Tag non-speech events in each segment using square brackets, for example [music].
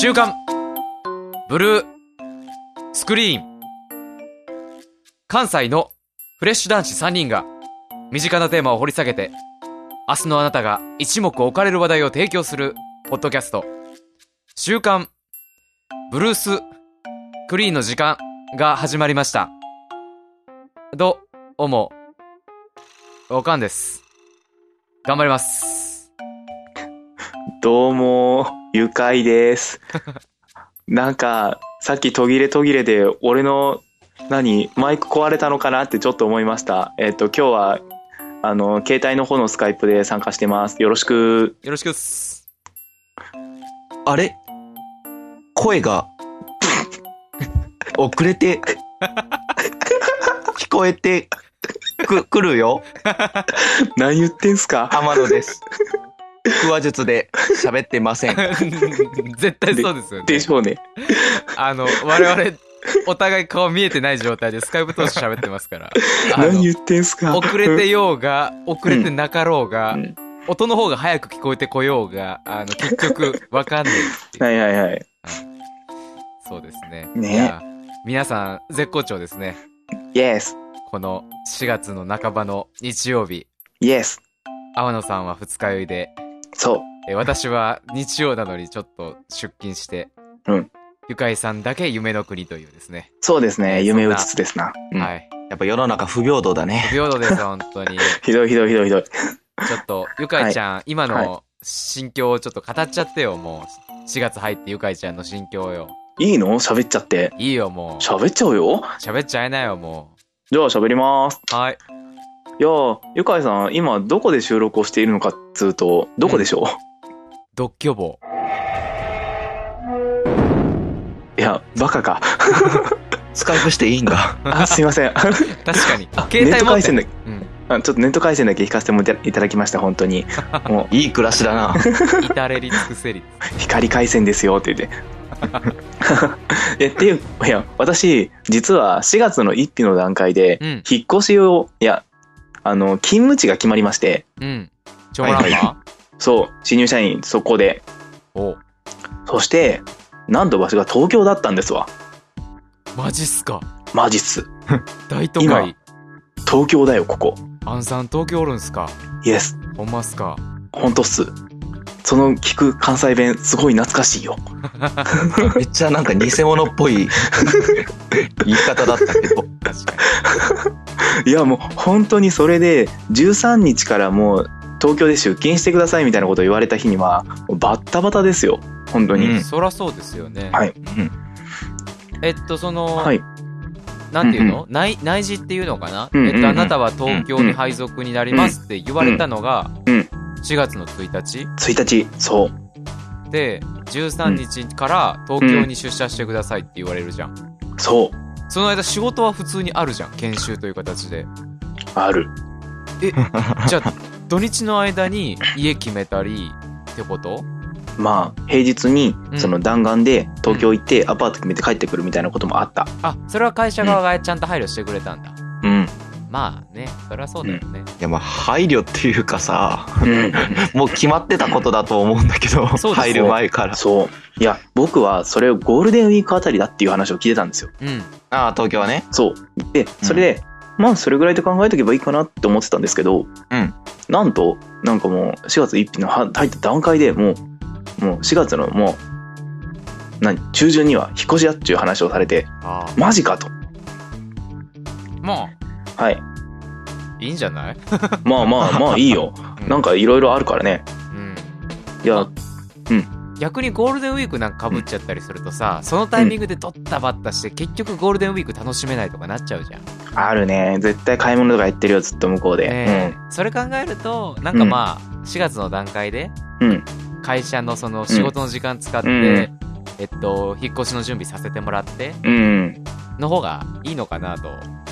週刊ブルースクリーン関西のフレッシュ男子3人が身近なテーマを掘り下げて明日のあなたが一目置かれる話題を提供するポッドキャスト週刊ブルースクリーンの時間が始まりましたどうもおかんです頑張りますどうも、愉 [laughs] 快です。なんか、さっき途切れ途切れで、俺の、何、マイク壊れたのかなってちょっと思いました。えっと、今日は、あの、携帯の方のスカイプで参加してます。よろしく。よろしくっすあれ声が、 [laughs] 遅れて、聞こえて、く、くるよ。何言ってんすか天野です。腹話術で喋ってません。絶対そうですよねでしょうね。あの我々お互い顔見えてない状態でスカイプ通して喋ってますからあの何言ってんすか遅れてようが遅れてなかろうが、うん音の方が早く聞こえてこようがあの結局わかんないっていうはいはいはい。そうですねねいや皆さん絶好調ですねイエス。この4月の半ばの日曜日イエス。天野さんは二日酔いでそえー私は日曜なのにちょっと出勤して、うんゆかいさんだけ夢の国というですねう。、そうですえね。ー夢そんうなつつですな。うんはいやっぱ世の中不平等だね。不平等です本当にちひどいひどいひどいひどい。ょっとゆかいちゃん、今はの心境をちょっと語っちゃってよもう4月入ってゆかいちゃんの心境よいいの喋っちゃって。いいよもう喋っちゃうよ。喋っちゃいなよもじゃあ喋ります。うはいいやーゆかいさん、今どこで収録をしているのかっつうと、どこでしょう、独居房いや、バカか。スカイプしていいんだ。あすいません。確か [laughs] に [laughs] 携ネッ帯ト持っ回て線だけ、うんあちょっとネット回線だけ引かせてもらっていただきました、本当に。もいい暮らしだな。至れり尽くせりう、光回線ですよって [laughs] 言って。え、っていう、いや、私、実は4月の1日の段階でう、ん引っ越しを、いや、あの、勤務地が決まりまして、うん長男はいはそう、新入社員、そこで。おそして、なんと場所が東京だったんですわ。マジっすかマジっす。大都会東京だよ、ここ。アンさん東京おるんすかイエス。ほんまっすかほんとっす。その聞く関西弁すごい懐かしいよ。めっちゃなんか偽物っぽい [laughs] 言い方だったけど。確かにいやもう本当にそれで13日からもう東京で出勤してくださいみたいなことを言われた日にはもうバッタバタですよ。本当に。うんそらそうですよね。はいうんえっと、その、はい。なんていうの、内内示っていうのかな、うんうんうんえっと、あなたは東京に配属になりますって言われたのが、うん4月の1日1日、そう。で、13日から東京に出社してくださいって言われるじゃん。そう。その間仕事は普通にあるじゃん。研修という形 [laughs] で。ある。じゃあ、土日の間に家決めたりってことまあ平日にうんその弾丸で東京行ってアパート決めて帰ってくるみたいなこともあった。あ、それは会社側がちゃんと配慮してくれたんだ。うん。まあね、そりゃそうだよね。いやまあ配慮っていうかさ、うん。もう決まってたことだと思うんだけど、そうです入る前から。そう。いや、僕はそれをゴールデンウィークあたりだっていう話を聞いてたんですよ。うん。ああ、東京はね。そう。で、それで、まあ、それぐらいで考えとけばいいかなって思ってたんですけど、うんなんと、なんかもう、4月1日のは入った段階でもう、もう4月のもう、何、中旬には引っ越しだっていう話をされて、ああ。マジかと。まあ、はい。いいんじゃないまあま [laughs] あまあいいよ。なんかいろいろあるからね。うん、いや、逆にゴールデンウィークなんか被っちゃったりするとさ、そのタイミングで取ったばったして結局ゴールデンウィーク楽しめないとかなっちゃうじゃん、ねあるね。絶対買い物とかやってるよ、ずっと向こうで。えそれ考えるとなんかまあ、4月の段階でうん。会社のその仕事の時間使って、うんうんえっと引っ越しの準備させてもらってうん。うん。の方がいいのかなと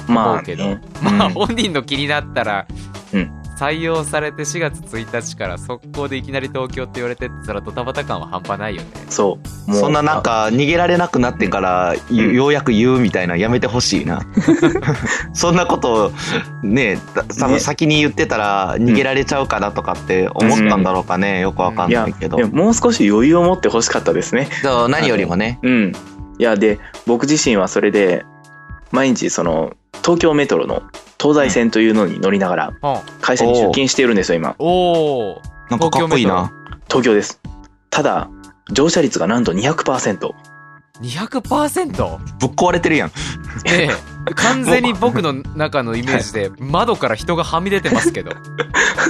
ま思あ、うけね、ど、うんまあ本人の気になったら、うん採用されて4月1日から速攻でいきなり東京って言われてそらドタバタ感は半端ないよねそう。もうそんななん、か逃げられなくなってからゆようやく言うみたいなやめてほしいなそんなことねた多分ね先に言ってたら逃げられちゃうかなとかって思ったんだろうかねよくわかんいや、ないけどでももう少し余裕を持ってほしかったですね。そう何よりもねうん。いや、で、僕自身はそれで、毎日、その、東京メトロの東西線というのに乗りながら、うん会社に出勤しているんですよ、今。おおなんかかっこいいな東京です。ただ、乗車率がなんと200%。 200%? ぶっ壊れてるやんねえ [laughs] 完全に僕の中のイメージで窓から人がはみ出てますけ [laughs] ど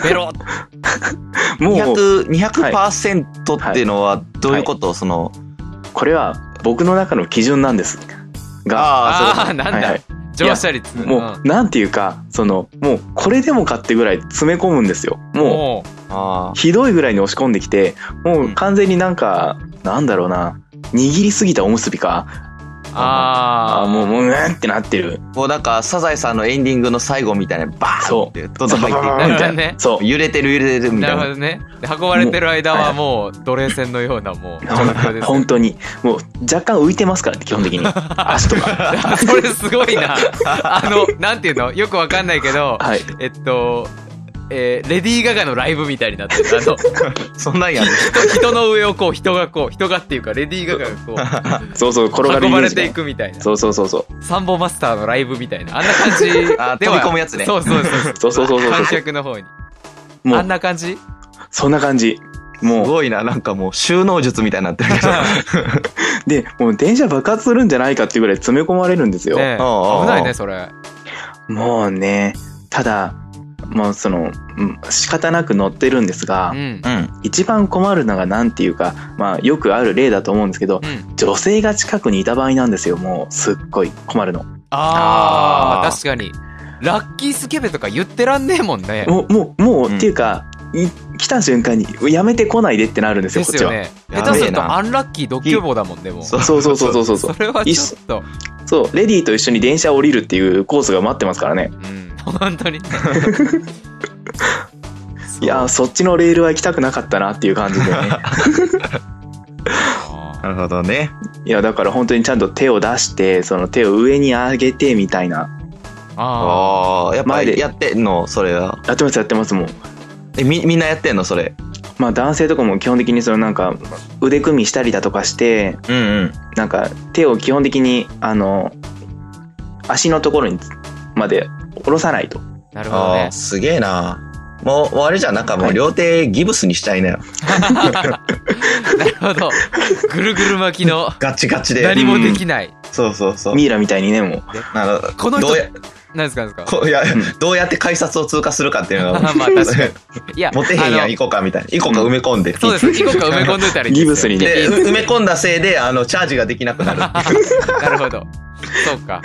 ベロッもう、 200 200%っていうのはどういうこと、そのこれは僕の中の基準なんです。が、ああああーなんだ、はいはい乗車率もう、なんていうか、その、もう、これでもかってぐらい詰め込むんですよ。うんもう、もそうあひどいぐらいに押し込んできて、もううん完全になんか、なんだろうな、握りすぎたおむすびか、うあああーもう、もう、うーんってなってる。ーもうなんかサザエさんのエンディングの最後みたいなバーンってどんどん入っていくなうるんほどねそう。揺れてる揺れてるみたないるほなどねで運ばれてる間はもう奴隷船のようなも [laughs] う状況です本当に。もう、若干浮いてますからね、基本的に。足とか。 [laughs] あそれすごい [laughs] なあのなんていうのよくわかんないけどはい。えっと、えーレディー・ガガのライブみたいになってるあのそんなんやね人人の上をこう人がこう人がっていうかレディー・ガガがこそうそう、 [laughs] 転がうるイ運ばメーれジていが。くみたいなそうそうそうそう。サンボマスターのライブみたいなあんな感じではあ飛び込むやつねそうそうそうそうそうそうそうそう観そう。客の方にもあんう、な感じそんな感じ。すもう、ごいななんかもう収納術みたいになってるけ [laughs] どで、もう電車爆発するんじゃないかっていうぐらい詰め込まれるんですよ。ねえおうおうおう危ないねそれもうね、ただ、もうその、うん仕方なく乗ってるんですが、うんうん一番困るのがなんていうか、まあよくある例だと思うんですけど、うん女性が近くにいた場合なんですよ、もうすっごい困るの。あーあー確かにラッキースケベとか言ってらんねえもんね [laughs] もう、もう、もう、うんっていうか、い来た瞬間に、やめてこないでってなるんですでよ、こっすちよは。ねこっちは下手するやべえとなアンラッキー独居房だもんねもうそうそうそうそうそうそうそう。それはちょっとそう、レディーと一緒に電車降りるっていうコースが待ってますからね。うん本当にいやー、そっちのレールは行きたくなかったなっていう感じでね。あなるほどね。いや、だから本当にちゃんと手を出して、その手を上に上げてみたいな。あああ、やっぱ前でりやってんのそれは。やってます、やってます、もう。え、み、みんなやってんのそれ。まあ男性とかも基本的にそのなんか、腕組みしたりだとかして、うんうん。なんか手を基本的に、あの、足のところにまで下ろさないと。なるほどあねあ、すげえな。もう、もうあれじゃん、なんかもはうい両手ギブスにしたいなよ。なるほどぐるぐる巻きのガチガチで。何もできないそうそうそう。ミイラみたいにね、もう。あのこの人どうや、何ですか何ですかこういやん、どうやって改札を通過するかっていうのが。まあ確かいや [laughs] 持てへんやあん、の行こうかみたいな。行こうか埋め込んで。そう [laughs] です行こうか埋め込んどいたらいいんですギよブスにね。で、う埋め込んだせいで、あの、チャージができなくなる。なるほど。そうか。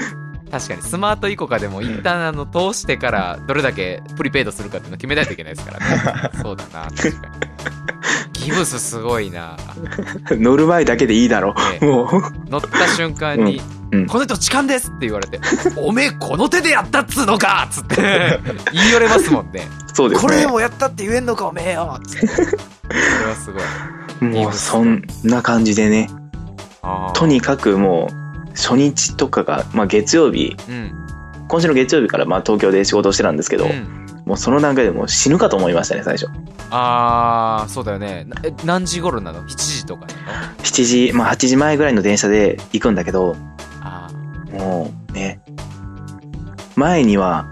確かにスマートイコカでも一旦あの通してからどれだけプリペイドするかっていうの決めないといけないですからね。[laughs] そうだな、確かに。ギブスすごいな。 [laughs] 乗る前だけでいいだろ [laughs] ねう。もう。乗った瞬間に、うんうんこの人痴漢ですって言われて、おめえこの手でやったっつうのかっつって言い寄れますもんね。そうですこね。れでもやったって言えんのかおめえよっ [laughs] つって。それはすごい。もうそんな感じでね。あーとにかくもう、初日とかが、まあ月曜日、うん。今週の月曜日からまあ東京で仕事をしてたんですけど、うんもうその段階でもう死ぬかと思いましたね、最初。ああ、そうだよね。なえ何時頃なの ?7 時とかなの7時、まあ8時前ぐらいの電車で行くんだけど、あーもうね、前には、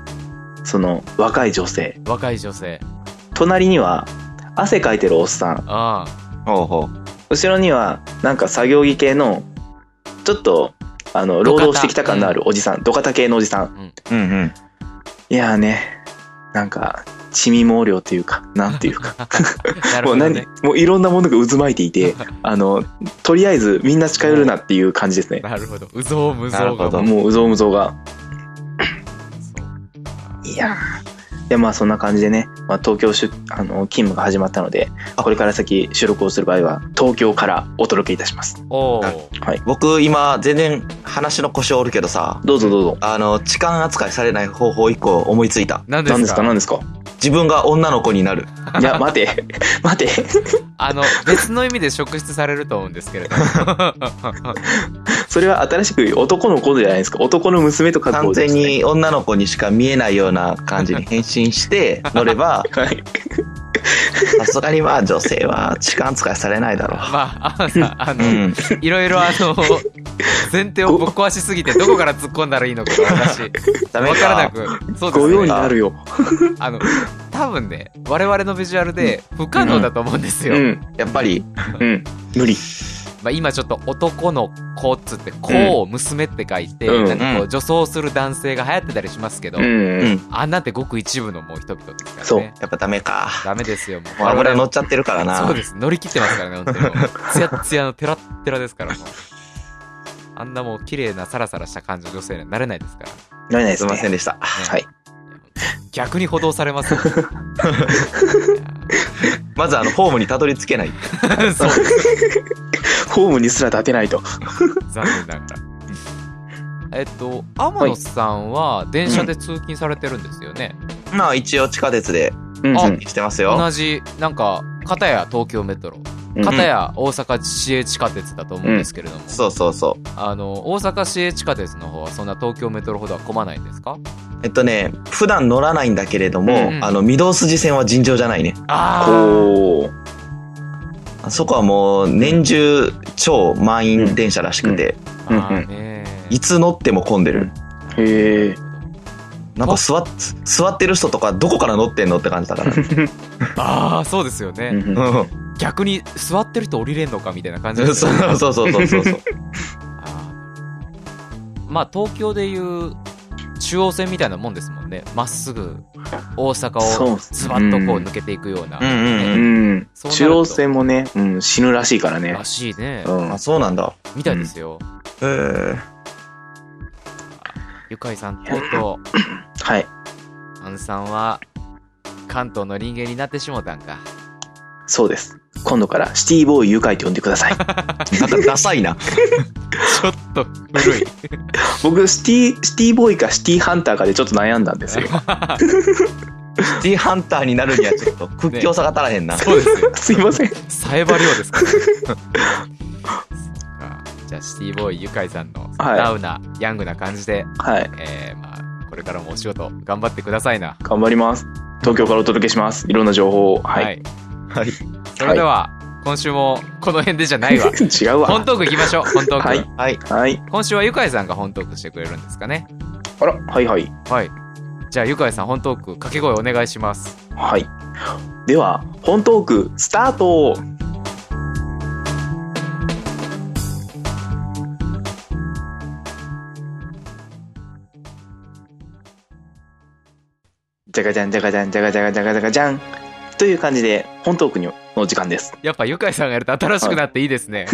その若い女性、若い女性隣には汗かいてるおっさん、あほうほう。後ろにはなんか作業着系の、ちょっと、あの、労働してきた感のあるおじさん、土方系のおじさん。うんうん。いやーね、なんか、地味毛量っていうか、なんていうか、あ [laughs] なるほもどう何ね、もういろんなものが渦巻いて [laughs] いて、あの、とりあえずみんな近寄るなっていう感じですね。なるほどうぞうむぞなるうがほどもううぞうむぞうが。そういやーでまあそんな感じでね、まあ、東京出あの勤務が始まったのでこれから先収録をする場合は東京からお届けいたしますおおあ僕、今、全然話の腰折るけどさ、どうぞどうぞあの、痴漢扱いされない方法一個思いついた。何で何ですすかか何ですか自分が女の子になる。いや、待て、 [laughs] 待て。あの、別の意味で職質されると思うんですけれど。それは新しく男の子じゃないですか。男の娘と書く完ことで全す、ね。に女の子にしか見えないような感じに変身して乗 [laughs] れば、はい。さすがにまあ女性は痴漢扱いされないだろう。まあ、あのさあうの、ん。いろいろあの、前提をぶっ壊しすぎて、どこから突っ込んだらいいのかが私、わダメからなか。く、そうでご用すにね。なるよ。あの、多分ね、我々のビジュアルで不可能だと思うんですうよ。ん、やっぱり、うん。無理。まあ、今ちょっと男の子っつって、子を娘って書いて、うんなんかこうう、女装する男性が流行ってたりしますけど、うん。うんあんなんてごく一部のもう人々ですからね。そうやっぱダメか。ダメですよ、もう。もう油乗っちゃってるからなそう。です。乗り切ってますからね、本当にもう。ツヤツヤのテラッテラですから、もう。あんなもう綺麗なサラサラした感じの女性にはなれないですから。なれないですすいませんね。でした。はい。逆に補導されますよ。まずあの、ホームにたどり着けない。そう。ホームにすら立てないと。残念ながら。えっと、天野さんは電車で通勤されてるんですよね。まあ一応地下鉄でうんあうんしてますよ。同じ、なんか、片や東京メトロ、うん片や大阪市営地下鉄だと思うんですけれども、そうそうそう。あの、大阪市営地下鉄の方はそんな東京メトロほどは混まないんですかえっとね、普段乗らないんだけれども、うんあの、御堂筋線は尋常じゃないね。あこう。あそこはもう年中超満員電車らしくて、ーうんうんあーねーいつ乗っても混んでる。へ [laughs] え。なんか座っ、座ってる人とかどこから乗ってんのって感じ [laughs] だから。ああそうですよね、うんうんう逆に座ってる人降りれんのかみたいな感じんですよねそうそうそうそう [laughs] そうそう。あーまあ東京でいう中央線みたいなもんですもんねまっすぐ大阪そをうっすズバッとこう抜けていくような、うんうんううん。ん。そうなると中央線もね、うん、死ぬらしいからねら。しいね、うんあ、。そうなんだ。みたいですよ、えー、ゆかいさんとうとはい。うアンさんは関東の人間になってしもうたんかそうです。今度からシティボーイゆかいと呼んでください。なんかダサいな。ちょっと古い僕、シティ、シティボーイかシティハンターかでちょっと悩んだんですよ。シティハンターになるにはちょっと [laughs] 屈強さが足らへんな。そうですよすいません。サエバリオですから、ね、そっかじゃあシティボーイゆかいさんのはいダウな、ヤングな感じで、はい。えーまあ、これからもお仕事頑張ってくださいな頑張ります。東京からお届けします。いろんな情報を。はい。はい。それでは、今週もこの辺でじゃないわ [laughs] 違う本わ。トーク行きましょう本トーク、はいはい。はい。今週はゆかいさんが本トークしてくれるんですかねあら、はいはい。はいじゃあゆかいさん本トーク掛け声お願いしますはい。では、本トーク、スタートじゃがじゃんじゃがじゃんじゃがじゃがじゃがじゃがじゃんという感じで、本トークの時間です。やっぱゆかいさんがやると新しくなっていいですね、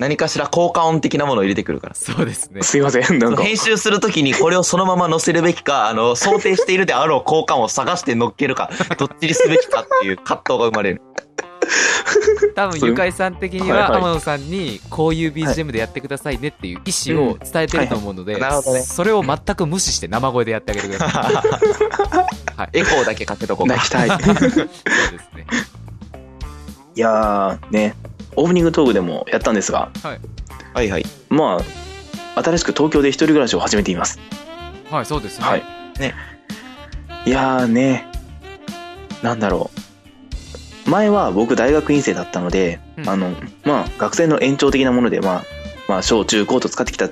何かしら効果音的なものを入れてくるから。そうですねすいません、なん [laughs] か。編集するときにこれをそのまま載せるべきか、あの、想定しているであろう効果音を探して乗っけるか、どっちにすべきかっていう葛藤が生まれる。多分ゆかいさん的にははいはい天野さんにこういう BGM でやってくださいねっていう意思を伝えてると思うので、うんはいはいなるほどねそれを全く無視して生声でやってあげてくださいエコーだけかけとこうか泣。きた [laughs] い。そうですねいやー、ね、オープニングトークでもやったんですが、はいはい。まあ、新しく東京で一人暮らしを始めています。はいそうですね、はい。ね。いやーね、なんだろう。前は僕大学院生だったので、うんあの、まあ、学生の延長的なもので、まあ、まあ、小中高と使ってきた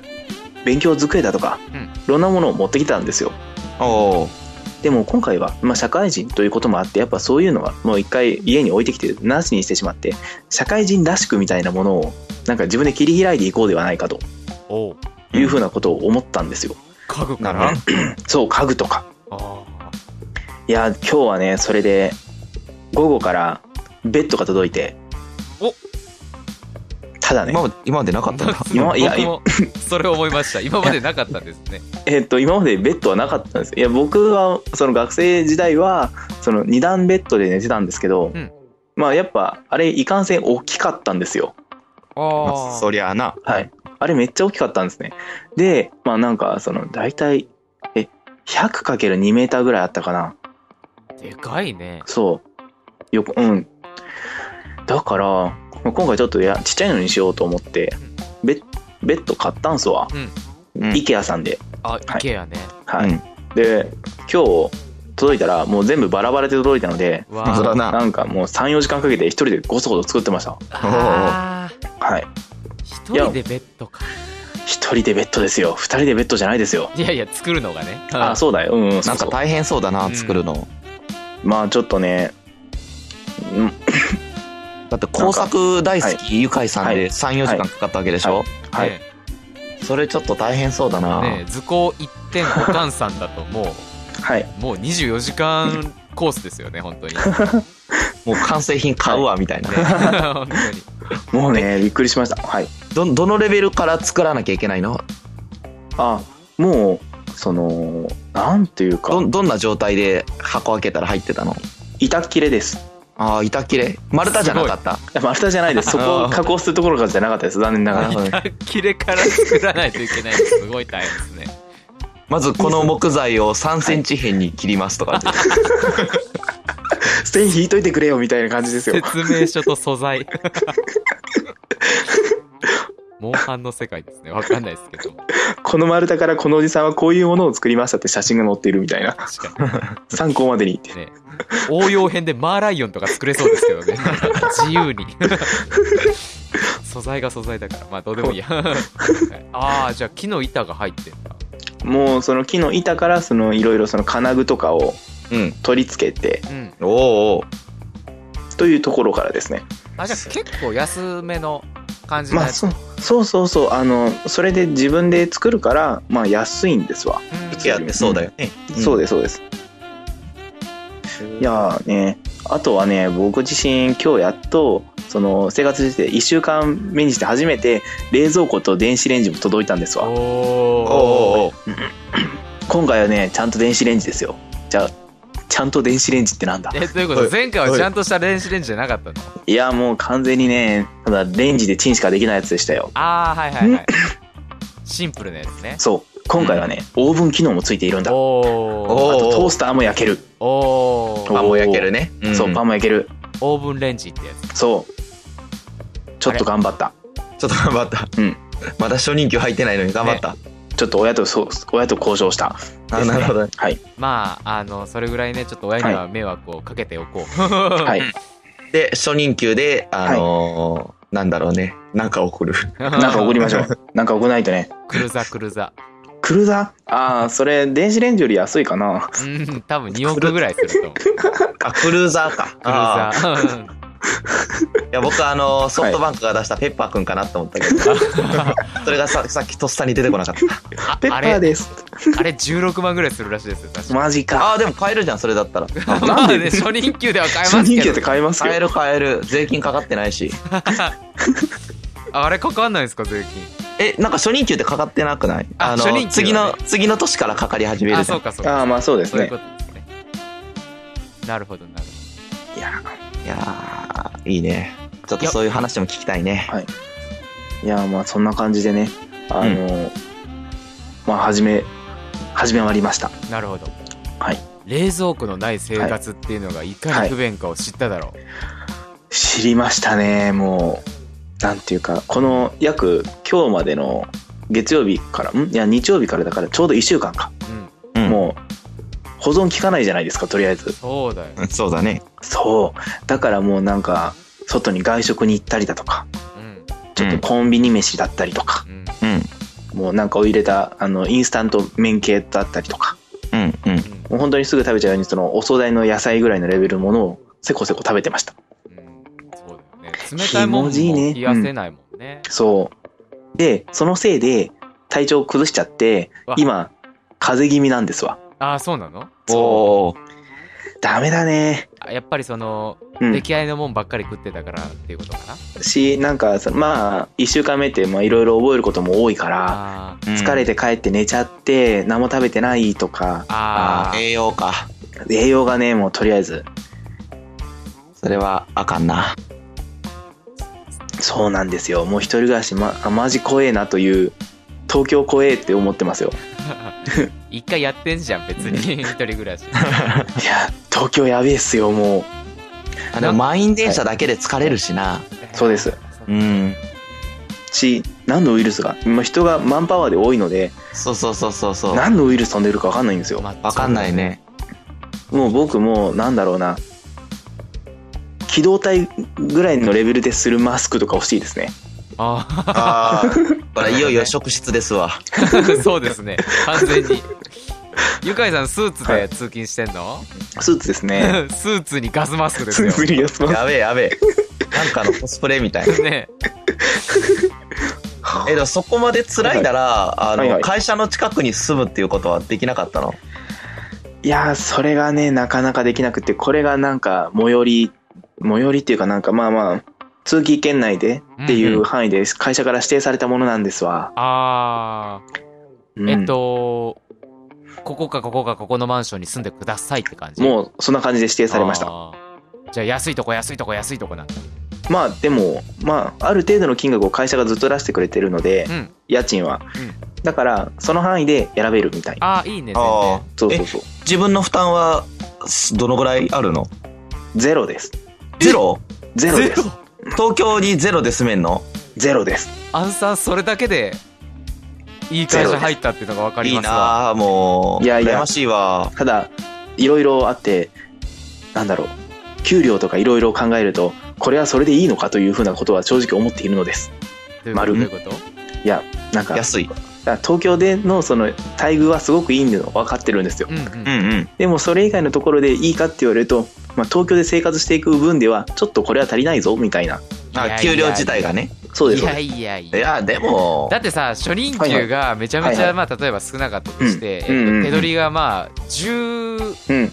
勉強机だとか、うんいろんなものを持ってきたんですよ。おお。でも今回は、まあ、社会人ということもあってやっぱそういうのはもう一回家に置いてきてなしにしてしまって社会人らしくみたいなものをなんか自分で切り開いていこうではないかとおういうふうなことを思ったんですよ。家具かなるらほそう家具とかああいや今日はねそれで午後からベッドが届いておただど。ね今まで、今まで [laughs] なかったんだ。僕今もいやいや [laughs] それを思いました今までなかったんですねえっと、今までベッドはなかったんですいや僕はその学生時代はその2段ベッドで寝てたんですけど、うんまあやっぱあれいかんせん大きかったんですよまああそりゃあな。はい。あれめっちゃ大きかったんですね。で、まあなんか、その、大体、え、100×2 メーターぐらいあったかな。でかいね。そう。よく、うん。だから、まあ今回ちょっとやちっちゃいのにしようと思って、ベッベッド買ったんすわ。うん IKEA さんで。あ、イケアね。はい。うんで、今日届いたら、もう全部バラバラで届いたので、わまあそらあ。ななんかもう3、4時間かけて一人でごそごそ作ってました。あーはい。一人でベッドか。一人でベッドですよ。二人でベッドじゃないですよ。いやいや、作るのがね。あ、そうだよ。うん、うん、そなうんそかう大変そうだな、作るの。まあちょっとね、うんだって工作大好なんき、ゆかいさんはでい3、4時間かかったわけでしょ、は。はいいねそれちょっと大変そうだな。え図工一点おかんさんだともはい。う、もう24時 [laughs] 間コースですよね、本当に。 [laughs] ねもう完成品買うわ、みたいな。本当に。もうね、びっくりしました。はい。 [laughs] ど、どのレベルから作らなきゃいけないのあ、もう、その、なんていうか、ど、どんな状態で箱開けたら入ってたの板切れです。ああ、板切れ丸太じゃなかった。いや丸太じゃないです。そこを加工するところからじゃなかったです。残念ながらなる。ほどね切れから作らないといけないのすごい大変ですね。まずこの木材を3センチ辺に切りますとかって。線引いといてくれよみたいな感じですよ。説明書と素材。 [laughs] モンハンの世界ですね。わかんないですけど。この丸太からこのおじさんはこういうものを作りましたって写真が載っているみたいな。確か参考までにってに。ね。応用編でマーライオンとか作れそうですけどね。自由に。素材が素材だから。まあどうでもいいや。 [laughs] はいああ、じゃあ木の板が入ってんだ。もうその木の板からそのいろいろその金具とかをうん。取り付けてうん。おーおーというところからですね。あ、じゃあ結構安めの感じのまやあつ。そそうそうそう、あの、それで自分で作るから、まあ安いんですわ。うん付き合ってそうだよね。そうですそうです。いやーね、あとはね、僕自身今日やっと、その生活してて1週間目にして初めて冷蔵庫と電子レンジも届いたんですおわ。おーおおーおー今回はね、ちゃんと電子レンジですよ。じゃあ、ちゃんと電子レンジってなんだえ、どういうこはとい前回はちゃんとした電子レンジじゃなかったのいや、もう完全にね、ただレンジでチンしかできないやつでしたよ。ああ、はいはいはい。シンプルなやつね。そう、今回はね、オーブン機能もついているんだ。あおーとおトースターも焼ける。おーパンも焼けるね。そう、パンも。も焼ける。オーブンレンジってやつそう。ちょっと頑張った。ちょっと頑張った。うん。まだ初任給入ってないのに頑張った。ちょっと親とそう、親と交渉した。あなるほどね。はい。まああのそれぐらいねちょっと親には迷惑をかけておこう、はい。で、初任給で、あのー、なんだろうね。なんか送る。 [laughs] なんか送りましょう。なんか送らないとね。クルザクルザクルーザーああ、それ、電子レンジより安いかな。うん多分2億ぐらいすると思うクルあ、クルーザーか。 [laughs] クザーいや僕あのソフトバンクが出したペッパーくんかなと思ったけど、それがささっきとっさに出てこなかったあペッパあーれです。あれ16万ぐらいするらしいですよ確かマジか。ああでも買えるじゃんそれだったらまあね初任給では買えま初す任け給どで買えますよ買え。る買える税金かかってないしあれかかんないんですか税金えなんか初任給ってかかってなくないあの初任給はね次の次の年からかかり始めるあじゃそんうかそうあかあ、まあそうですそういうこ。ねとですねなるほどなるほいや、いやーいいねちょっとそういう話も聞きたいねいや、まあそんな感じでね、あの、まあ始め、始め終わりました。どなるほどはい冷蔵庫のない生活っていうのがいかに不便かを知っただろう、知りましたね、もう。なんていうか、この約今日までの月曜日から、んいや、日曜日からだからちょうど1週間か。うんうんもう、保存効かないじゃないですか、とりあえず。そうだようんそうだねそう。だからもうなんか、外に外食に行ったりだとか、うんちょっコンビニ飯だったりとか、うんうんもうなんかを入れた、あの、インスタント麺系だったりとか、うんうんうんもう本当にすぐ食べちゃうように、その、お惣菜の野菜ぐらいのレベルのものを、せこせこ食べてました。うんそうだよね。冷たいもんも冷やせないもんね。そう。で、そのせいで、体調を崩しちゃってわ、今、風邪気味なんですわ。ああ、そうなのおーダメだね。あやっぱりその、うん出来合いのもんばっかり食ってたからっていうことかな。し、なんかさ、まあ、一週間目って、まあ、いろいろ覚えることも多いから、あうん疲れて帰って寝ちゃって、何も食べてないとか、ーああーー、栄養か栄養がね、もうとりあえず、それはあかんなそうなんですよ。もう一人暮らし、ま、あマジ怖えなという、東京怖えって思ってますよ。一回やってんじゃん、別に。 [laughs] 一人暮らし。いや、東京やべえっすよ、もう。あでも満員電車だけで疲れるしな。そ [laughs] うです。うん。し、何のウイルスが、まあ、人がマンパワーで多いので、そうそうそうそうそう。何のウイルス飛んでるか分かんないんですよ。まあわかんない。ね。もう僕も、なんだろうな。機動隊ぐらいのレベルでするマスクとか欲しいですね。あああ。ほら、いよいよ職質ですわ。あ、そうですね。完全に。ゆかいさん、スーツで通勤してんの、スーツで [laughs] すね。スーツにガスマスクですスよー。ツに休ま [laughs] やべえやべえ。なんかのコスプレみたいな。ね [laughs] え、でもそこまで辛いなら、あはいはの、い会社の近くに住むっていうことはできなかったのいやー、それがね、なかなかできなくて、これがなんか、最寄り、最寄りっていうかなんか、まあまあ、通勤圏内でっていんううん範囲で会社から指定されたものなんですわ。ああ、うんえっと、ここかここかここのマンションに住んでくださいって感じ。うもう、そんな感じで指定されました。た。じゃあ、安いとこ安いとこ安いとこなんだ。まあでも、まあ、ある程度の金額を会社がずっと出してくれてるのでう、ん。家賃は。だから、その範囲で選べるみたいな。ああ、いいね、全あ然。そうそうそう。自分の負担は、すどのぐらいあるのゼロです。ゼロゼロです。東京にゼロで住めんのゼロです。アンさん、それだけで、いい会社入ったっていうのがわかいりいますわ。なあもう。いやいや羨ましいわ。ただ、いろいろあって、なんだろう。給料とかいろいろ考えると、これはそれでいいのかというふうなことは正直思っているのです。どういうこと丸どういうこといや、なんか、安い。東京でのその待遇はすごくいいの分かってるんですよう。んうんうん。でもそれ以外のところでいいかって言われると、まあ、東京で生活していく分では、ちょっとこれは足りないぞ、みたいな。いやいやあ給料自体がね。そううでん。す。いそうやですいやいいや。や、でもだ、ってさ、初任給がめちゃめちはいはゃ、いまあ、例えば少なかったとして、うんうんうんえっと手取りがまあ、15うん。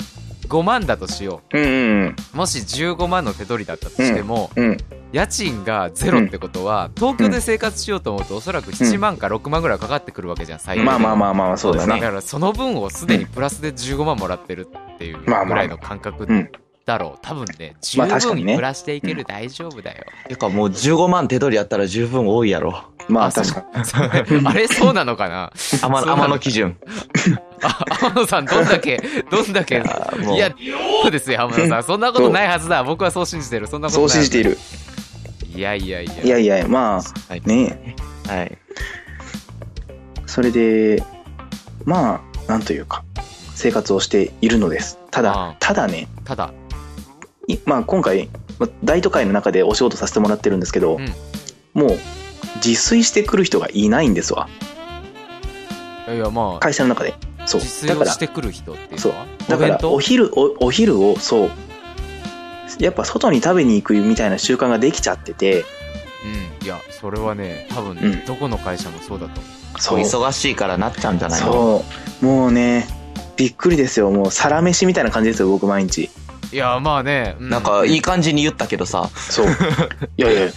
万だとしようんうんう。もし15万の手取りだったとしても、うん。うん。家賃がゼロってことは、東京で生活しようと思うと、おそらく7万か6万ぐらいかかってくるわけじゃん、最低まあまあまあまあ、そうですだね。からその分をすでにプラスで15万もらってるっていうぐまあまあらいの感覚うんだろう多分ね十まあ確か分にね暮らしていける大丈夫だよ、てかもう15万手取りやったら十分多いやろ。まあ確かに。かにあれそうなのかな [laughs] 天そうなのの天の基準。あ天野さんどんだけどんだけあーもういやそうですよ天野さんそんなことないはずだ僕はそう信じてるそんなことそなうい信じている。いやいやいやいやいや、まはいあ、ねはい。それで、まあ、なんというか、生活をしているのです。たああだ、ただね、ただいまあ今回、まあ大都会の中でお仕事させてもらってるんですけど、うんもう、自炊してくる人がいないんですわ。いやいやまあ会社の中で。そう。自炊だかをらしてくる人っていうのはだかお弁ら当お昼おお昼をそうやっぱ外に食べに行くみたいな習慣ができちゃっててうんいやそれはね多分ね、うんどこの会社もそうだと思そおう忙しいからなっちゃうんじゃないのそうもうねびっくりですよもうサラメシみたいな感じですよ僕毎日ういやまあね、うなんかいい感じに言ったけどさ、 [laughs] そういやいや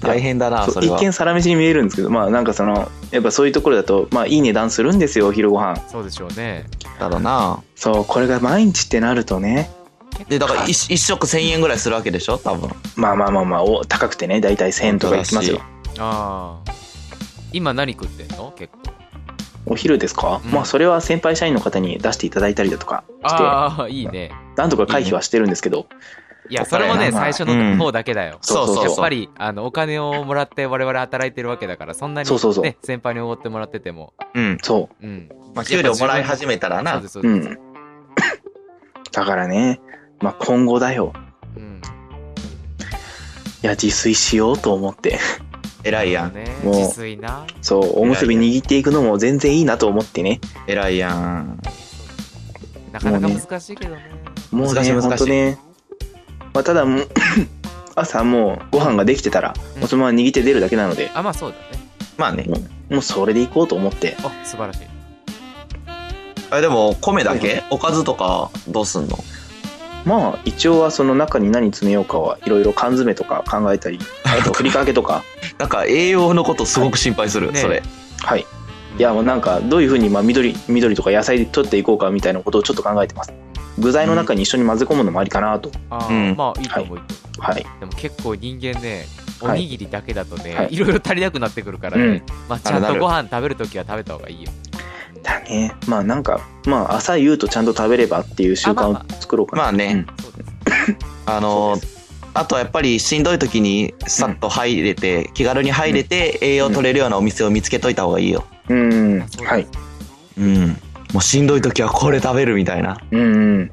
大変だな、そそうれは一。見サラメシに見えるんですけどまあなんかそのやっぱそういうところだとまあいい値段するんですよお昼ご飯そうでしょうねだろうな。そうこれが毎日ってなるとねで、だから一一食1000円ぐらいするわけでしょ多分。まあまあまあまあお高くてね大体1000円とかいきますよああ今何食ってんの結構お昼ですか、うんまあそれは先輩社員の方に出していただいたりだとかしてああいいねなんとか回避はしてるんですけどいやそれもねまあま最初あの方だけだよ、そうそうそうやっぱりあのお金をもらって我々働いてるわけだからそんなに、ね、そうそうそう先輩におごってもらっててもうん。そううんまあ、給料もらい始めたらそうなで。すそううです、ん。 [coughs] だからね、まあ、今後だよ。うんいや、自炊しようと思って。偉いやん。ねもう自炊なそう、おむすび握っていくのも全然いいなと思ってね。偉いやん。なかなかもうね難しいけどねもう難しいね、難しいほんとね。まあ、ただもう、 [coughs] 朝もうご飯ができてたら、うんもうそのまま握って出るだけなので、あまあそうだねまあね。もう、もうそれでいこうと思って。あ素晴らしいあでも、米だはいけおかずとか、どうすんのまあ、一応はその中に何詰めようかはいろいろ缶詰とか考え [laughs] たり、あと、ふりかけとか。なんか、栄養のことすごく心配する、ねそれ。はい。いや、もうなんか、どういうふうに、まあ、緑、緑とか野菜で取っていこうかみたいなことをちょっと考えてます。具材の中に一緒に混ぜ込むのもありかなと。ああ、うんまあいいと思う、いいと思はい。うでも結構人間ねおはいにぎりだけだとね、はいいろいろ足りなくなってくるからね、うんまあ、ちゃんなとるご飯食べるときは食べた方がいいよ、うんだねまあなんかまあ朝夕とちゃんと食べればっていう習慣あまあまを作ろうかなまあね、そうですあのあとはやっぱりしんどい時にさっと入れて、気軽に入れて栄養取れるようなお店を見つけといた方がいいよ。うんあそうですはいうん。もうしんどい時はこれ食べるみたいな。うんうん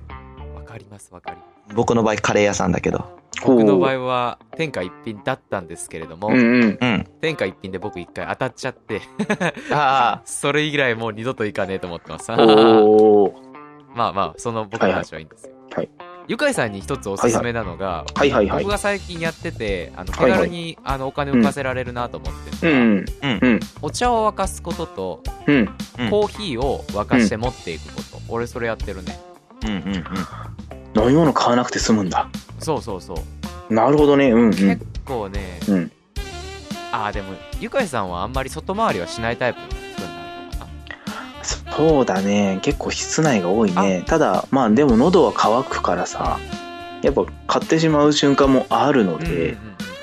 わかりますわかります僕の場合カレー屋さんだけど。僕の場合合は天下一品だったんですけれども、うんうんうん。天下一品で僕一回当たっちゃって、あそれ以来もう二度と行かねえと思ってます。まおおあまあ、その僕の話はいいんですよ。はいはいゆかいさんに一つおすすめなのが、はいはいはい僕が最近やってて、あの手はいはい軽にあのお金を浮かせられるなと思ってうて、んお茶を沸かすことと、うんうんコーヒーを沸かして持っていくこと、俺それやってるね。あ。うんうんうん。飲み物買わなくて済むんだそうそうそう。なるほどねうんうん結構ね、うんああ、でも、ゆかいさんはあんまり外回りはしないタイプの人になるのかな。そうだね結構室内が多いねただまあでも喉は渇くからさやっぱ買ってしまう瞬間もあるのうんうんうんうでん、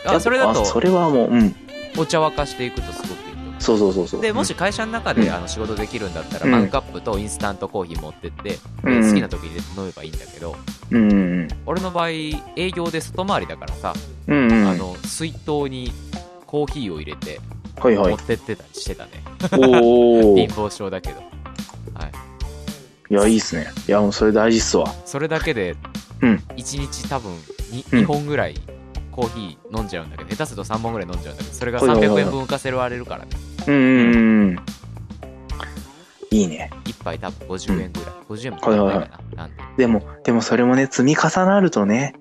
あそれだあそとれはもううんお茶沸かしていくとすごくいいと思うそうそうそうそうでもし会社の中で、うんあの仕事できるんだったら、うんマグカップとインスタントコーヒー持ってって、うんで好きな時に飲めばいいんだけどうんうん俺の場合営業で外回りだからさ、うんうんあの水筒にコーヒーを入れてはいは持いってってたりしてたね、おお貧い乏症だけどやいいっすねいやもうそれ大事っすわそれだけでうん1日多分 2,、うん二本ぐらいコーヒー飲んじゃうんだけど下手すると3本ぐらい飲んじゃうんだけどそれがはいはいはい300円分浮かせられるからねうんうんうんうんいいね1杯多分50円ぐらい、50円もはいはいはいかかんないかななんてでもでもそれもね積み重なるとね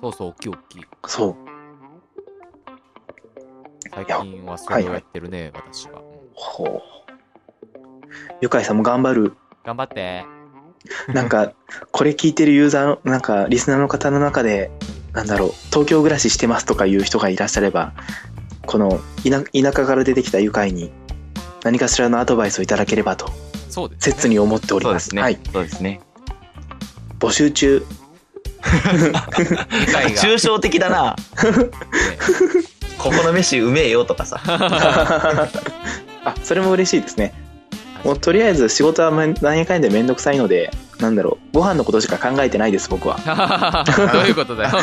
そうそう大きい大きいそう最近はそれをやってるね、私は。うんほうゆかいさんも頑張 [laughs] る頑張って。なんかこれ聞いてるユーザーのなんかリスナーの方の中でなんだろう東京暮らししてますとかいう人がいらっしゃればこの田田舎から出てきたゆかいに何かしらのアドバイスをいただければとそうです、ね。切に思っておりそうまですすね。はい、そうですね。募集 [laughs] 中 [laughs] 理解が。抽象的だな。ここの飯うめえよとかさ。あそれも嬉しいですねもうとりあえず仕事はめん何やかんやでめんどくさいのでなんだろうご飯のことしか考えてないです僕は [laughs] どういうことだよ。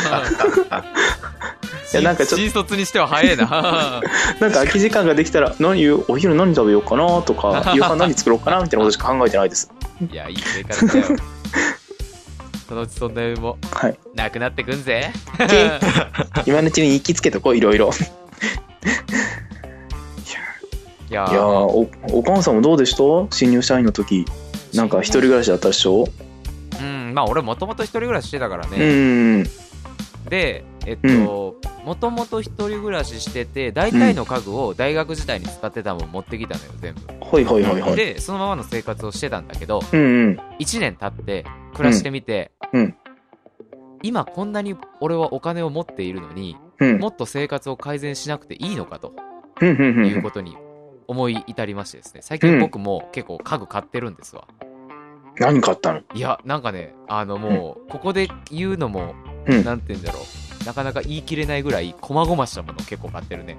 いやなんかちょっと新卒にしては早いな。 [laughs] なんか空き時間ができたら何言うお昼何食べようかなと [laughs] か夕飯何作ろうかなみたいなことしか考えてないですいや、いい生活 [laughs] だよ。そのうちそんな夢も [laughs] はいなくなってくんぜ。で今のうちに行きつけとこういろ [laughs] いろいやいやーおお母さんもどうでした新入社員の時なんか一人暮らしだったでしょうん、まあ俺もともと一人暮らししてたからうね。んで、えっと、もともと一人暮らししてて、大体の家具を大学時代に使ってたもん持ってきたのよ、全部。はいはいはいはいで、そのままの生活をしてたんだけど、うんうん1年経って暮らしてみて、うんうん今こんなに俺はお金を持っているのにうんもっと生活を改善しなくていいのかとうんうんういんうことに思い至りましてですね最近僕も結構家具買ってるんですわ何買ったのいやなんかねあのもうここで言うのもうんなんて言うんだろうなかなか言い切れないぐらい細々したものを結構買ってるね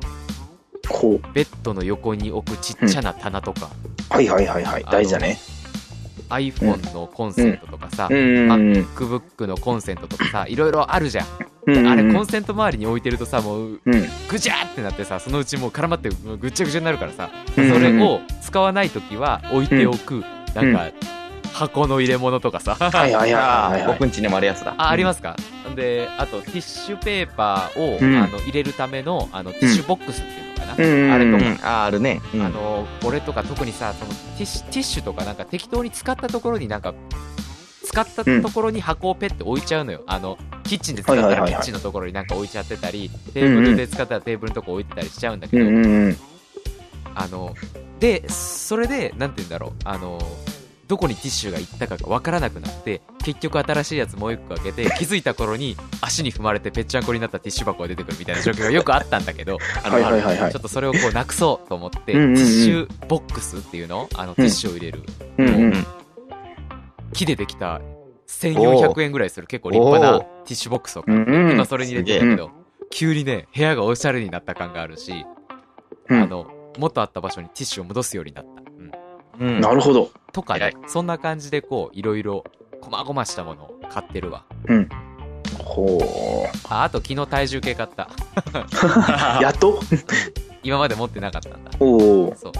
こうベッドの横に置くちっちゃな棚とかはいはいはいはい大事だね iPhone のコンセントとかさうんうんうん MacBook のコンセントとかさいろいろあるじゃんうんうんあれコンうんセント周りに置いてるとさもううんぐちゃってなってさそのうちもう絡まってもうぐっちゃぐちゃになるからさそうんうんうんれを使わない時は置いておくなんんか箱の入れ物とかさはいはいあはあい、はいはい僕んちにもあるやつだ。あありますかであとティッシュペーパーをうんあの入れるためのあのティッシュボックスっていうのかなうんうんうんあれとうん。かああ、あるね。うんあの俺とか特にさそのティッシュティッシュとかなんか適当に使ったところになんか使ったところに箱をペッて置いちゃうのよ、あのキッチンで使ったはいはいらはいキはいッチンのところになんか置いちゃってたり、テーブルで使ったらテーブルのとこ置いてたりしちゃうんだけうど、んうんうんあのでそれでなんて言うんだろうあのどこにティッシュが行ったかが分からなくなって結局新しいやつもう一個 [laughs] 開けて気づいた頃に足に踏まれてぺっちゃんこになったティッシュ箱が出てくるみたいな状況がよくあったんだけどあのはいはいはいはいちょっとそれをこうなくそうと思って、うんうんうんティッシュボックスっていうのあのティッシュを入れる、うんううんんうん。木でできた1400円ぐらいする結構立派なティッシュボックスを買って、うんうん今それに入れてるけど、急にね、部屋がおしゃれになった感があるし、うんあの、元あった場所にティッシュを戻すようになった。うんうんなるほど。とか偉ねい、そんな感じでこう、いろいろ、こまごましたものを買ってるわ。ほあ、あと昨日体重計買った。う。やっと今まで持ってなかったんだ。おお。そう。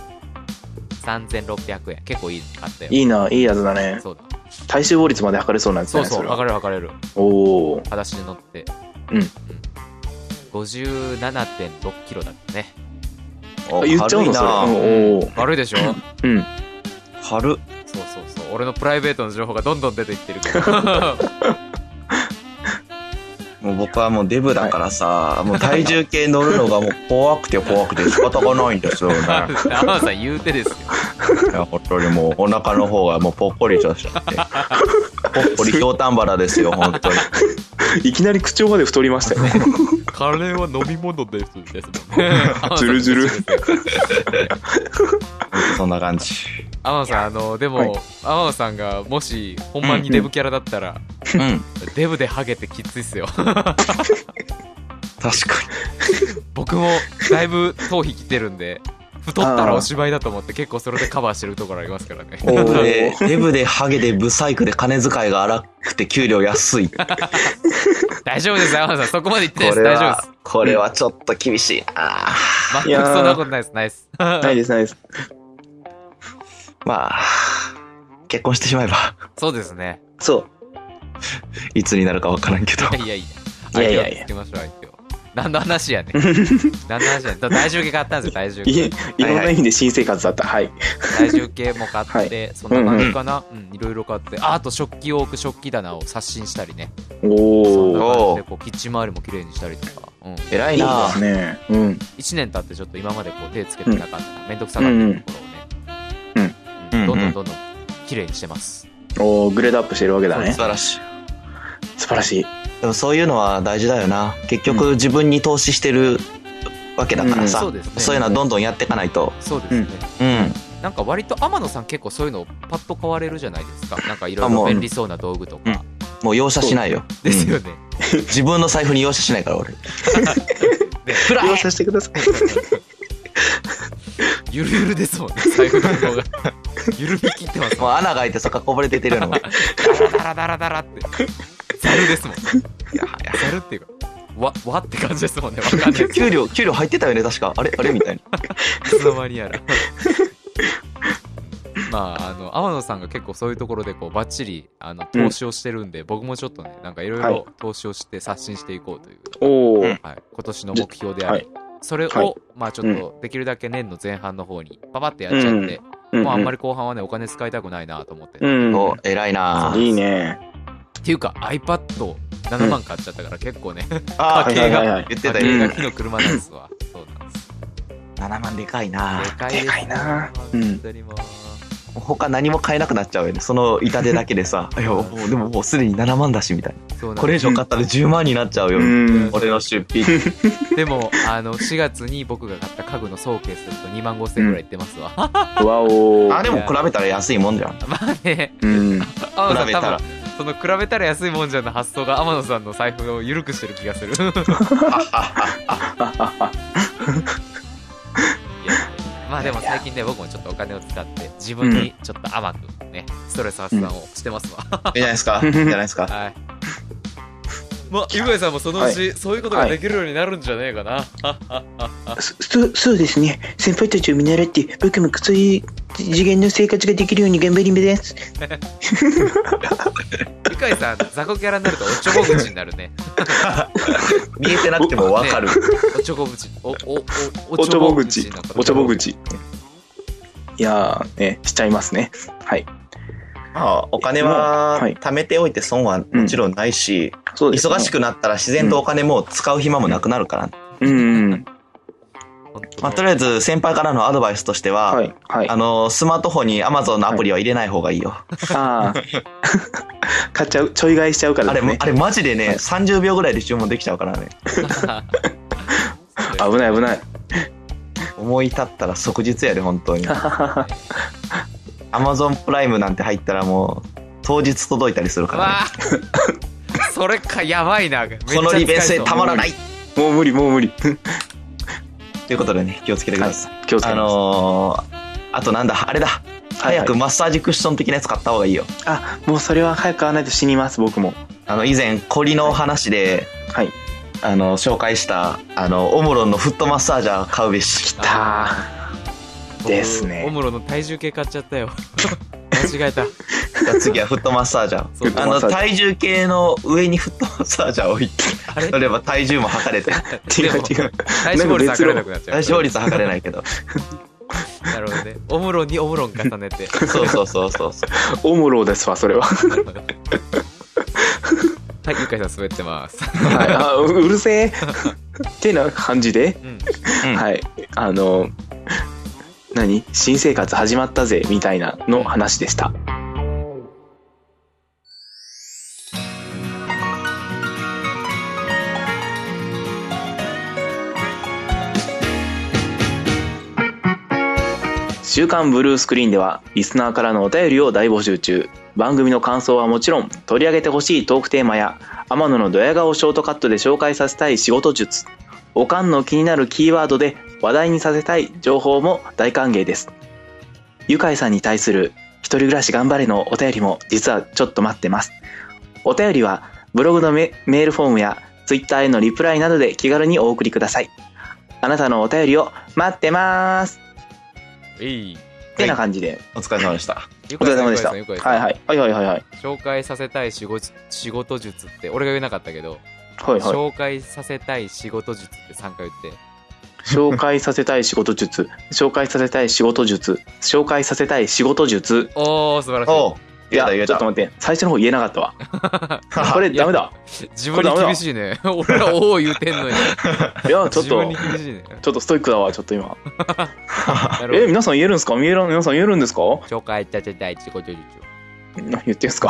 3600円。結構いいの買ったよ。いいな、いいやつだね。そうだ。体脂肪率まで測れそうなんですそね。うそう、れ分はかれる分かれる。おお。裸足で乗って。うん57.6キロだったね。おあ言っちゃうのそれ。軽いなうんおー悪いでしょうん。軽っそうそうそう。俺のプライベートの情報がどんどん出てきてるけ [laughs] ど。もう僕はもうデブだからさ、もう体重計乗るのがもう怖くて怖くて仕方がないんですよね。アマンさん言うて [laughs] ですよ。いや本当にもうお腹の方がもうぽっこりとしちゃって。ぽっこりひょうたんばらですよ、本当に。いきなり口調まで太りまし [laughs] たよね。カレーは飲み物です。ですもん [laughs] ねずるずる。 [laughs] そんな感じ。アマンさん、あの、ではいも、アマンさんがもし、ほんまにデブキャラだったら、うん。デブでハゲてきついっすよ。 [laughs] 確か僕も、だいぶ頭皮きてるんで、太ったらおしまいだと思って、結構それでカバーしてるところありますからね。に。おデーブで、デブでハゲでブサイクで金遣いが荒くて給料安い。こ [laughs] 大丈夫です、アマンさん。そこまで言ってないです。れ大丈夫では、これはちょっと厳しいな。す。全くそんなことないです。ナイス。ないです、ないです。まあ、結婚してしまえば、そうです [laughs] ね。そいつになるかわからんけど。いやいやいや。いやい相や手いをやつけましょう、相手を。何の話やねん。 [laughs] 何の話やねん。だ体重計買ったんですよ、体重う。い計。え、いろんな意味で新生活だった。はい。体重計も買はって、そんな感じかな、うん、いろいろ買って、ああと食器を置く食器棚を刷新したりね、そんおなお。感じでこうキッチン周りも綺麗にしたりとか、うん、偉いいいなですね。うん。 1年経ってちょっと今までこう手つけてなかった、めんどくさかっうんたうんとこうろをね、うんんうんどんどんどんどん綺麗にしてます。おお、グレードアップしてるわけだね素。晴らしい。素晴らしい。でもそういうのは大事だよな。結局自分に投資してるわけだからさ、うんそうですねそういうのはどんどんやっていかないと。そうですね。うん。なんか割と天野さん結構そういうのパッと買われるじゃないですか。なんかいろいあもろう便利そうな道具とか。もう容赦しないよ。ですよね。うん自分の財布に容赦しないから俺。ね暗了承してください。 [laughs] ゆるゆるですもんね、財布の方が。ゆるみきってますもう穴が開いてそこからこぼれ出てるような [laughs] もん。ダラダラダラダラって。ザルですもん。ザルっていうか、わ、わって感じですもんね。わかんないです。給料、給料入ってたよね、確か。あれあれみたいいな。つの間にやら。まあ、あの、天野さんが結構そういうところで、こう、ばっちり、あの、投資をしてるんで、僕もちょっとね、なんかいろいはろい投資をして刷新していこうという、おお。はい、今年の目標であり、それを、はいまあちょっと、できるだけ年の前半の方に、パパってやっちゃって、うんもうあんまり後半はね、お金使いたくないなと思って、うっん。お、偉いなうんいいね。ていうか、iPad7 万買っちゃったから、結構ね、あ家ー計がはいはいはい言って家た計よ。が火の車なんですわ。そうなんです。 7万でかいなでかいですでかいなうん本当にもう他何も買えなくなっちゃうよね。その痛手だけでさ。いや、もうでももうすでに7万だし、みたいな。そうなんですこれ以上買ったら10万になっちゃうよ。うん。俺の出費。でも、あの、4月に僕が買った家具の総計すると2万5千ぐらいいってますわ。わおー。あ、でも比べたら安いもんじゃん。 [laughs] まあね、うん。天野さん比べ多たら分、その比べたら安いもんじゃんの発想が天野さんの財布を緩くしてる気がす [laughs] る。いやいやまあでも最近ね、僕もちょっとお金を使って、自分にちょっと甘くね、ストレス発散をしてますわ。いいじゃないですか。いいじゃないですか。はい。まあ、ゆうさんもそのうち、そういうことができるようになるんじゃねえかな。そ、そうですね。先輩たちを見習って、僕もそういう次元の生活ができるように頑張ります。ゆかいさん、雑魚キャラになるとおっちょこ口になる [laughs] ね。見えてなくてもわかる。おっちょこ口。お、お、お、おちょぼ口になっ。たおちょぼ口。いやー、ね、しちゃいますね。はい。まあ、お金もうははい貯めておいて損はもちろんないし、そうですね。忙しくなったら自然とお金も使う暇もなくなるから。うんうん。本当まあ、[laughs] とりあえず先輩からのアドバイスとしては、はい。はい。あの、スマートフォンに Amazon のアプリは入れない方がいいよ。ああ。 [laughs] 買っちゃう、ちょい買いしちゃうからあでれ、すねあ。れマジでね、30秒ぐらいで注文できちゃうからね。危ない危ない。思い立ったら即日やで、本当に。Amazon プライムなんて入ったらもう、当日届いたりするから、わあそれか、やばいな。めっちゃね。この利便使性えそうたまらないもう無理、もう無理。 [laughs] ということでね、気をつけてください。気をつけあます。のー、あとなんだ、あれだ。はい早くマッサージクッション的なやつ買った方がいいよ。あもうそれは早く買わないと死にます僕もあの、以前、コリの話で、はいあの、紹介した、あの、オムロンのフットマッサージャー買うべし。た僕ですねオムロの体重計買っちゃった [laughs] よ間違えたじゃあ次はフットマッサージャ [laughs] ー。そうフットあマッの、サージャー体重計の上にフットマッサージャーを置いて、 [laughs] あれそれば体重も測れて、違でうも違う体脂肪率測れなくなっちゃう体脂肪率は測れない [laughs] けど。なるほどねオムロにオムロン重 [laughs] ねてそうそうそうそうそう。おもろですわそれはなるほどはいゆかいさん滑ってますはいあううるせえってな感じでうんうんはいあの何新生活始まったぜみたいなの話でした週刊ブルースクリーンではリスナーからのお便りを大募集中番組の感想はもちろん取り上げてほしいトークテーマや天野のドヤ顔ショートカットで紹介させたい仕事術おかんの気になるキーワードで話題にさせたい情報も大歓迎ですゆかいさんに対する一人暮らし頑張れのお便りも実はちょっと待ってますお便りはブログのメメールフォームやツイッターへのリプライなどで気軽にお送りくださいあなたのお便りを待ってますえいってな感じでお疲れ様でした。ゆお疲れ様でした。はゆいかはいい。さんゆかいさんはいはいはいはい。紹介させたい仕事仕事術って俺が言えなかったけど、はいはい。紹介させたい仕事術って3回言って紹介させたい仕事術。紹介させたい仕事術。紹介させたい仕事術。おお素晴らしおうい言えや、た言えちょたっと。待って。最初の方言えなかったわ。これダメだ。い自分に厳しいね [laughs] 俺らおお言うてん [laughs] のにいや、ちょっ自分とに、厳しい [laughs] ねちょっとストイックだわ、ちょっと今。なえ、る皆さん言えるんですか見えら皆さん言えるんですかほど紹介させたい仕事術何言ってんすか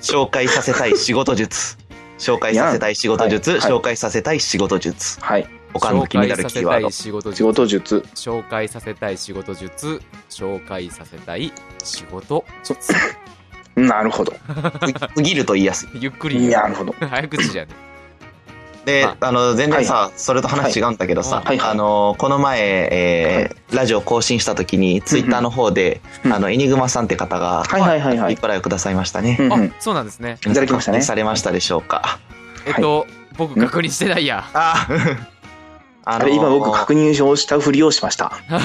紹介させたい仕事術。紹介させたい仕事術。いやんはい紹介させたい仕事術。はい。おかんの気になるキーワード。仕事術。紹介させたい仕事術紹介させたい仕事術紹介させたい仕事術なるほど。すすぎると言いやすい。ゆっくりなるほど。 [laughs] 早口じゃねではい、あの、全然さ、それと話違うんだけどはさい、はいはいあの、この前、えーラジオ更新した時に、ツイッターの方で、うんあの、エニグマさんって方が、はいはいはいはいリプライをくださいましたねう。んうあん。そうなんですねいただきましたね皆さん確認されましたでしょうか。えっと僕確認してないやあ [laughs] ああれ、今僕確認。認をしたふりをしました。 [laughs] あ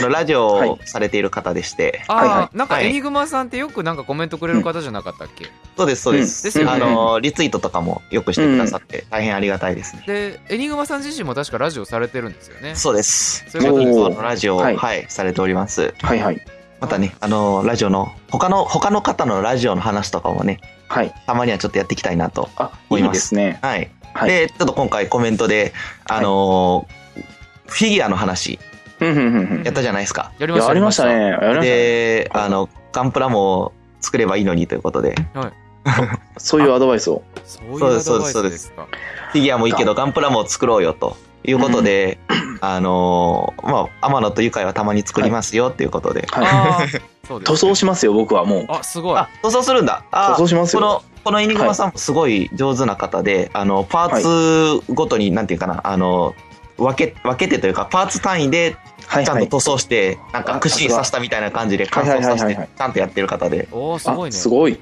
の、ラジオはいをされている方でして、はいあはあなんかはいエニグマさんってよくなんかコメントくれる方じゃなかったっけそうです、そうです。ですよねあの、リツイートとかもよくしてくださって、大変ありがたいですね。でエニグマさん自身も確かラジオされてるんですよねそうです。そういうことですそうラジオを、ははいい、されております。はいはい。またね、あの、ラジオの、他の、他の方のラジオの話とかもね、はい。たまにはちょっとやっていきたいなと。あ、思いいいますですね。はい。はい。で、ちょっと今回コメントで、あのフィギュアの話、うんうんうんうん。やったじゃないですか。やりいやありましたね。ややりましたね。で、あの、ガンプラも作ればいいのにということで、そういうアドバイスを。りましたそういうアドバイスそうでですすかフィギュアもいいけど、ガンプラも作ろうよということで、あのまあ、天野とゆかいはたまに作りますよっていうことで。はい。ああそうです塗装しますよ、僕はもう。あすごいあ、塗装するんだ。あ塗ー装しますこよ。の、このイニグマさんもすごい上手な方で、あの、パーツごとに、なんていうかな、あの、分け、分けてというか、パーツ単位で、はいちゃんはとい。塗装して、なんあか串に刺したみたいな感じで乾は燥させいはいはいて、はいはいちゃんとやってる方で、おおすごいねあ、すごい。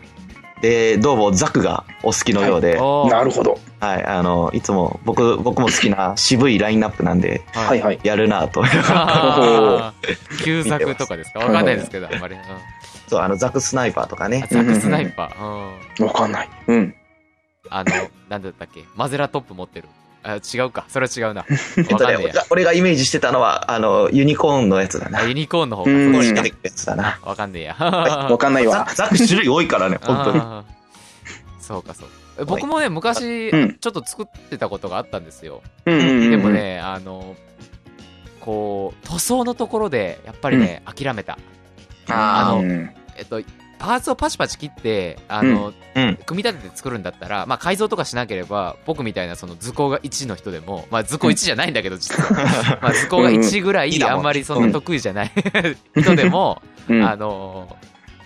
で、どうもザクがお好きのようで、はあーなるほど。い、あの、いつも僕、僕も好きな渋いラインナップなんで、はいはい。やるなぁと。あー [laughs] 旧作とかですかわかんないですけど、あんまり。うん [laughs] そう、あの、ザクスナイパーとかあ。ねザックスナイパー。うんわかんない。うん。あの、なんだったっけマゼラトップ持ってる。あ、違うか。それは違うな。わえっとかね [laughs] んねえ、俺俺がイメージしてたのは、あの、ユニコーンのやつだな。や。ユユニコーンの方うんがニコーそンにうか出てくるやつだな。わかんねえや。わかんないザわク。ザク種類多いからね、本当に。あーそうか、そうか。え僕もね、昔、うんちょっと作ってたことがあったんですよ。うんうんうん。でも。ね、あの、こう、塗装のところで、やっぱりね、諦めた。あのうの、んえっと、パーツをパチパチ切って、あの、うん。組み立てて作るんだったら、まあ、改造とかしなければ僕みたいなその図工が1の人でも、まあ、図工1じゃないんだけ [laughs] ど実はまあ図工が1ぐらうんいいいだもんあんまりそんな得意じゃない人でも、あの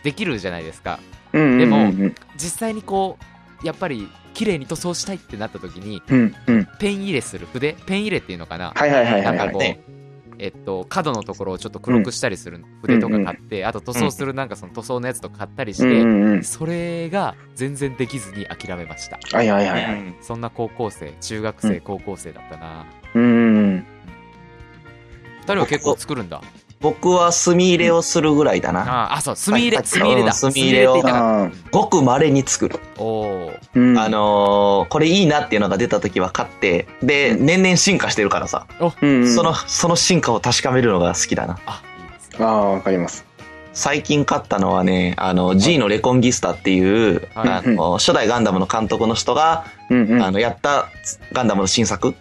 できるじゃないですかうん。でもうんうん実際にこうやっぱり綺麗に塗装したいってなった時にうんうん。ペン入れする筆ペン入れっていうのかな、はいはいはいはないんはかいこう、ねえっと、角のところをちょっと黒くしたりする筆とか買って、あと塗装するなんかその塗装のやつとか買ったりしうんうて、んうん。それが全然できずに諦めました。はいはいはうい。んそんな高校生、中学生、うん高校生だったな。うんうんうん。二人は結構作るんだ。僕は墨入れをするぐらいだな。ああ、あ、そう、墨入れ、はい墨入れうだ。ん墨入れを墨って言いたかっあごく稀に作る。たおー。ーうんあ、のーこれいいなっていうのが出た時は買って、で、年々進化してるからさ、うんうんその、その進化を確かめるのが好きだな。あ、いいですね。ああ、わかります。最近買ったのはね、あの、G のレコンギスタっていう、はいあの、初代ガンダムの監督の人が、うんうん。あの、やったガンダムの新作、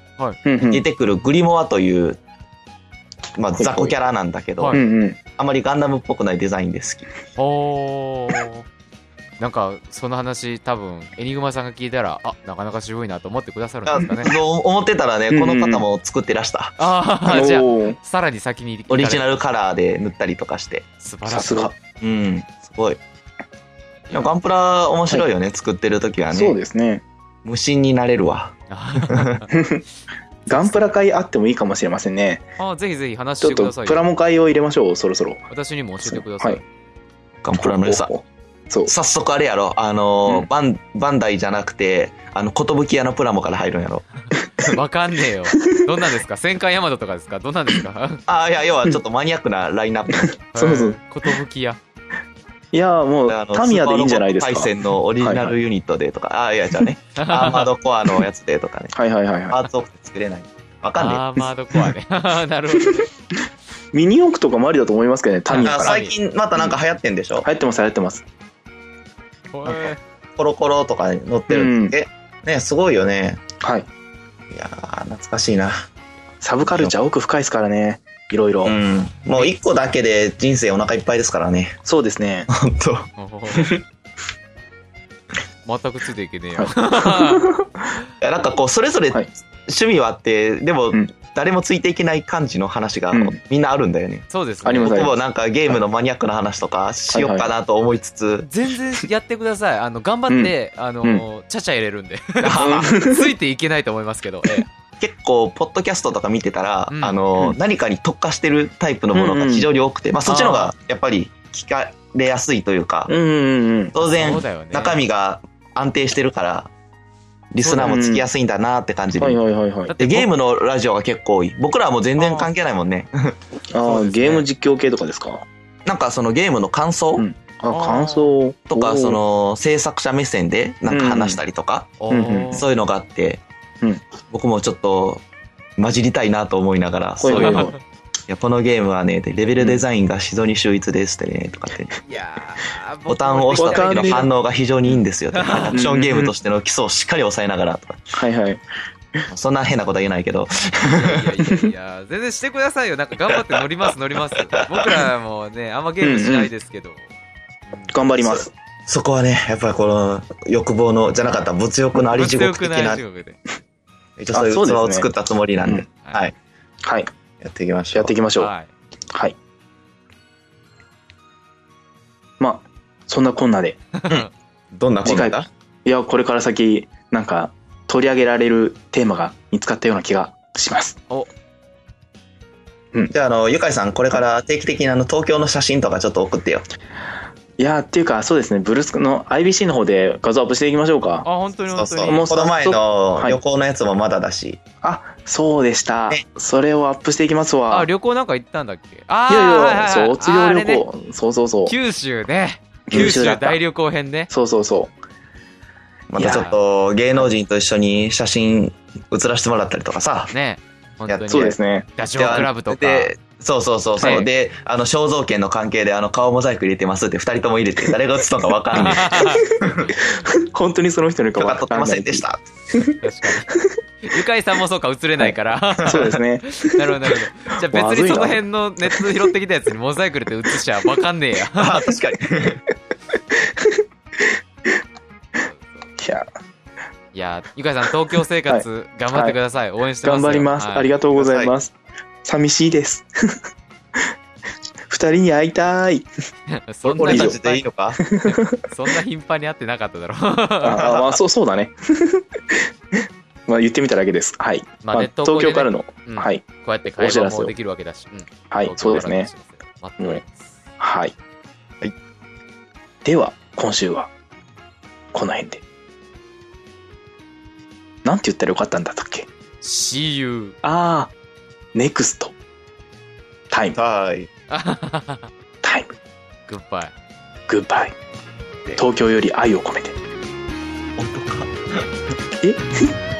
うんうん出てくるグリモアという、まあ、はい雑魚キャラなんだけど、はいうんうん。あまりガンダムっぽくないデザインで好き。おー。なんか、その話、多分、エニグマさんが聞いたら、あ、なかなか渋いなと思ってくださるんですかね。と思ってたらね、この方も作ってらした。ああ、じゃあ、おーさらに先に行かオれリジナルカラーで塗ったりとかして。素晴らしいさ [laughs] すが。うん、すごい。いやガンプラ面白いよね、作ってる時はそうね。ですね。無心になれるわ。ガンプラ会あってもいいかもしれませんね。あぜひぜひ話ちしょってくだとさいプよラモ会を入れましょう、そろそろ。私にも教えてください、はいガンプラの良さお。おそう。早速あれやろ、あのーうんバン、バンダイじゃなくて、あの、寿屋のプラモから入るんやろ。 [laughs] わかんねえよどんなんですか戦艦ヤマトとかですかどんなんですかああ、いや、要はちょっとマニアックなラインナップ。 [laughs] そ [laughs] うそう寿屋いやー、もあう、の [laughs] タミヤでいいんじゃないですかス。ーパーロボット対戦のオリジナルユニットでとか、ああ、いや、じゃ [laughs] あね、アーマードコアのやつでとかね、はいはいはいパはーツ多くて作れない。わかんねアーマードコアね [laughs] なるほどねい。ミニ四駆とかもありだと思いますけどね、タえ。ミヤあから。最近またなんか流行ってんでしょ、流行ってます、流行ってます。 [laughs] おいコロコロとかに乗ってるんで、ね、すごいよね。はい。いやー、懐かしいな。サブカルチャー奥深いですからね。いろいろ。うん。もう一個だけで人生お腹いっぱいですから [laughs] ね。そうですね。本当。おー全くついていけねえよ、いやなんかこうそれぞれはい趣味はあって、でもうん誰もついていけない感じの話がうんみんなあるんだよね。 [laughs] そうですありますねはい僕もなんかゲームのマニアックな話とかしようかなと思いつつ、全然やってくださいあの頑張って、あのーちゃちゃ入れるんで [laughs] ついていけないと思いますけど、ええ結構ポッドキャストとか見てたら、うんあの何かに特化してるタイプのものが非常に多くて、まあそっちの方がやっぱり聞かれやすいというか、うんうんうん。当そ [laughs] 然うだよね中身が安定してるからリスナーもつきやすいんだなって感じはいで。はいはいはいだっ。てでゲームのラジオが結構多い僕らはもう全然関係ないもんねあうあ、ですねゲーム実況系とかですか。 [laughs] なんかそのゲームの感想、うんあ、あー感想とか、そのの制作者目線でなんか話したりとか、おーうんそういうのがあって、うん僕もちょっと混じりたいなと思いながら、ほそいうほいいうほの、いいや、このゲームはね、でレベルデザインが非常に秀逸ですってね、と [laughs] かって、いやー僕もボタンを押した時の反応が非常にいいんですよとか、アクションゲームとしての基礎をしっかり押さえながらとか、はいはい。そんな変なことは言えないけど、いやいやいや、全然してくださいよ。なんか頑張って乗ります、乗ります。僕らもね、あんまゲームしないですけど。うん頑張ります。そこはね、やっぱりこの欲望の、じゃなかった物欲のあり地獄的物欲のあなり、地獄で。一応そういう器を作ったつもりなんあそで、うですねはい、はい。やっていきましょう。やっていきましょう。はい。はい。まあ、そんなこんなで。どんなこと次回だいや、これから先、なんか、取り上げられるテーマが見つかったような気がします。じゃあ、あの、ゆかいさん、これから定期的にあの、東京の写真とかちょっと送ってよ。いや、っていうか、そうですね、ブルースの IBC の方で画像アップしていきましょうあ、か。本当にそう本そ当う。に。もうこの前早の速旅行のやつもまだだし。あ、そうでしたね。それをアップしていきますわ。あ、旅行なんか行ったんだっけあいーやはいいや、はいはい卒あ業あ旅れね行。そうそうそう。九州ね。九州九州だった大旅行編ね。そうそうそう。またちょっと、芸能人と一緒に写真写らせてもらったりとかさ。ね。本当いやそうにで。すね。ダチョウ倶楽部とか。で、そうそうそうそう。はいで、あの、肖像権の関係で、あの、顔モザイク入れてますって、二人とも入れて、誰が写ったのか [laughs] わかんない。本当にその人の許顔可が取ってませんでした。確かに。ゆかいさんもそうか、映れないから。そうですね。 [laughs] なるほど、なるほど。じゃあ別にその辺のネットで拾ってきたやつにモザイクで映しちゃわかんね [laughs] えや。あ確かに。いや、いやー、ゆかいさん、東京生活、頑張ってください。応援してます頑よ。張ります。はいありがとうございます。寂しいです。二人に会いたい。 [laughs] そんな俺頻た繁ちでいいのかそんな頻繁に会ってなかっただろう。ああ、まあ、そう、そうだね。 [laughs] まあ、言ってみただけです。はい。 [laughs] まあまあネットを越東えてね京からの、うんはい。こうやって会お知話らせもをできるわけだし、うん、はい、そうですね。待っております、はい。はいでは、今週は、この辺で。なんて言ったらよかったんだったっけ See you [laughs] ああ、ネクスト。タイム、はい。タイム、 Goodbye グッバイ。東京より愛を込めて。音か。え